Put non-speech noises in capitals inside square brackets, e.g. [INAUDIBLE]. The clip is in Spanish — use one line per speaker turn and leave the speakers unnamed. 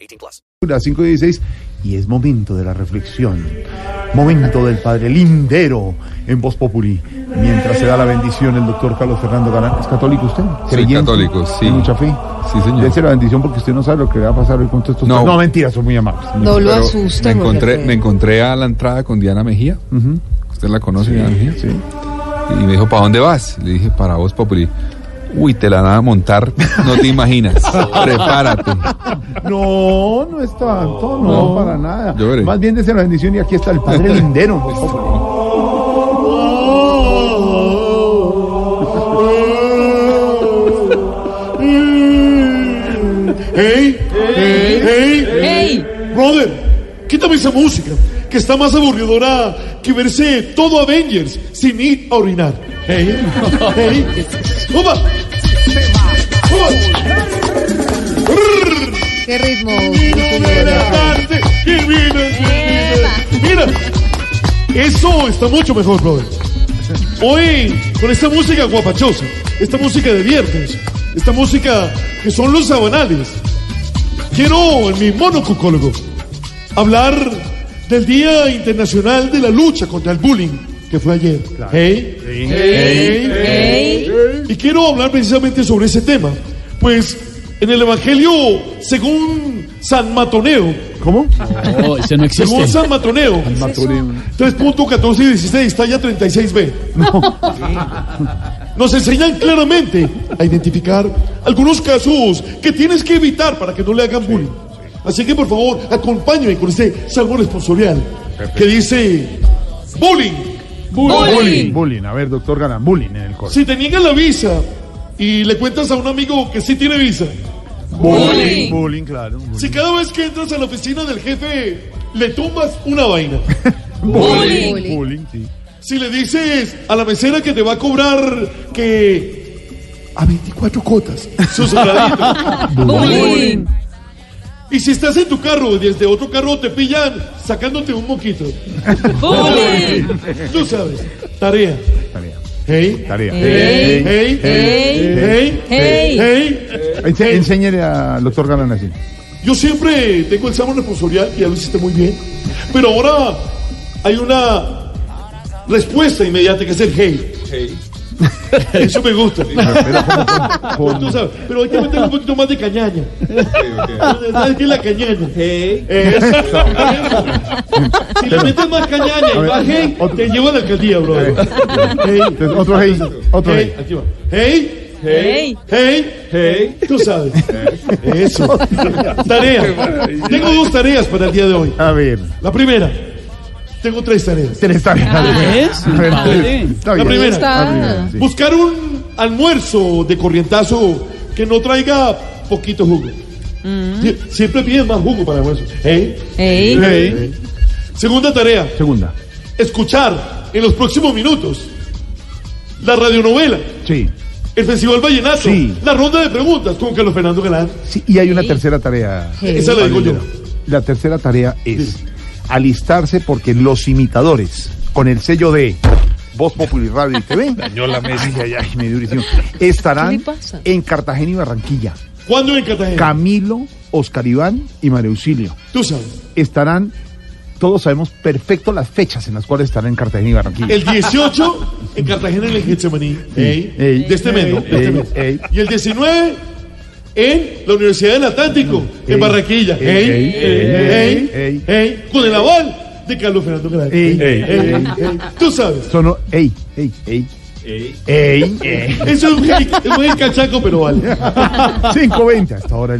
18 plus.
Las 5 y 16 y es momento de la reflexión, momento del padre Lindero en Voz Populi, mientras se da la bendición el doctor Carlos Fernando Galán. ¿Es católico usted?
Soy católico, sí.
¿Tiene mucha fe?
Sí, señor.
Dese la bendición porque usted no sabe lo que le va a pasar hoy con todos estos...
No.
no mentiras, son muy amables.
No lo
Pero
asusta.
Me encontré, me encontré a la entrada con Diana Mejía. Usted la conoce, Diana Mejía.
Sí.
Y me dijo, ¿para dónde vas? Le dije, para vos, Populi. Uy, te la van a montar, no te imaginas. Prepárate.
No, no es tanto, no,
No.
para nada.
Yo veré.
Más bien dese la bendición y aquí está el
[LAUGHS]
padre Lindero en Voz Populi.
¡Hey! ¡Hey! ¡Hey! ¡Brother! Quítame esa música, que está más aburridora que verse todo Avengers sin ir a orinar. ¡Hey! ¡Hey! ¡Opa! ¡Opa!
¿Qué ritmo?
Vino de la tarde, y vino, y vino. Mira, eso está mucho mejor, brother. Hoy, con esta música guapachosa, esta música de viernes, esta música que son los sabanales, quiero en mi monocucólogo hablar del Día Internacional de la Lucha contra el Bullying, que fue ayer. Hey. Hey.
Ey,
Y quiero hablar precisamente sobre ese tema. Pues en el Evangelio, según San Matoneo,
¿Cómo?
[LAUGHS]
según San Matoneo,
Matureo.
3.14 y 16, talla 36b. Nos enseñan claramente a identificar algunos casos que tienes que evitar para que no le hagan bullying. Así que por favor, acompáñame con este salvo responsorial que dice bullying.
Bullying, bullying. A ver, doctor Galán, bullying en el corte.
Si te niegan la visa y le cuentas a un amigo que sí tiene visa,
Bullying. Bullying, claro. bullying.
si cada vez que entras a la oficina del jefe le tumbas una vaina,
Bullying.
Bullying.
Bullying, sí.
si le dices a la mesera que te va a cobrar que a 24 [LAUGHS] cotas su sobradito.
Bullying.
y si estás en tu carro y desde otro carro te pillan sacándote un moquito,
Bullying.
tú sabes, tarea.
Tarea.
Hey,
Tarea.
hey, hey, hey,
Hey.
hey.
Ense- enséñele al doctor Galán así.
Yo siempre tengo el sabor responsorial, ya lo hiciste muy bien. Pero ahora hay una respuesta inmediata que es el hey. Eso me gusta. Tú sabes, pero hay que meterle un poquito más de cañaña. ¿Sabes qué es [LAUGHS] la cañaña? Eso, eso. Si le metes más cañaña y más hey, te lleva a la alcaldía, bro. Hey.
Entonces, otro hey, otro
Hey,
hey.
aquí va. Hey, hey, hey, hey, tú sabes. Eso. Tarea. Tengo dos tareas para el día de hoy.
A ver,
La primera, tengo tres tareas.
tres tareas.
Ah,
A ver, tres. Está bien.
La primera.
La primera, sí.
Buscar un almuerzo de corrientazo que no traiga poquito jugo.
Mm.
Sie- Siempre piden más jugo para el almuerzo. Hey,
Ey.
hey. Segunda tarea,
Segunda.
escuchar en los próximos minutos la radionovela,
Sí.
el Festival Vallenato,
Sí.
la ronda de preguntas con Carlos Fernando Galán.
sí. Y hay una tercera tarea.
Esa la digo yo.
La tercera tarea es alistarse porque los imitadores, con el sello de Voz Populi Radio y
[LAUGHS]
TV, Ay, ay, ay, me dio durísimo.
¿Qué
estarán
le pasa?
en Cartagena y Barranquilla.
¿Cuándo en Cartagena?
Camilo, Oscar Iván y María Auxilio.
Tú sabes.
estarán, todos sabemos perfecto las fechas en las cuales estarán en Cartagena y Barranquilla.
El 18 en Cartagena en el Getsemaní. ey,
ey,
de este mes, ¿no? De
ey,
este mes.
ey.
Y el 19 en la Universidad del Atlántico,
Ey,
en Barranquilla.
ey,
Ey,
ey,
ey,
ey,
ey,
ey.
ey, Con el aval de Carlos Fernando Grande.
Ey, ey,
Tú sabes.
Sonó, ey, ey, ey. Ey, ey.
[LAUGHS] Eso es un, es un cachaco, pero vale.
5.20 hasta ahora.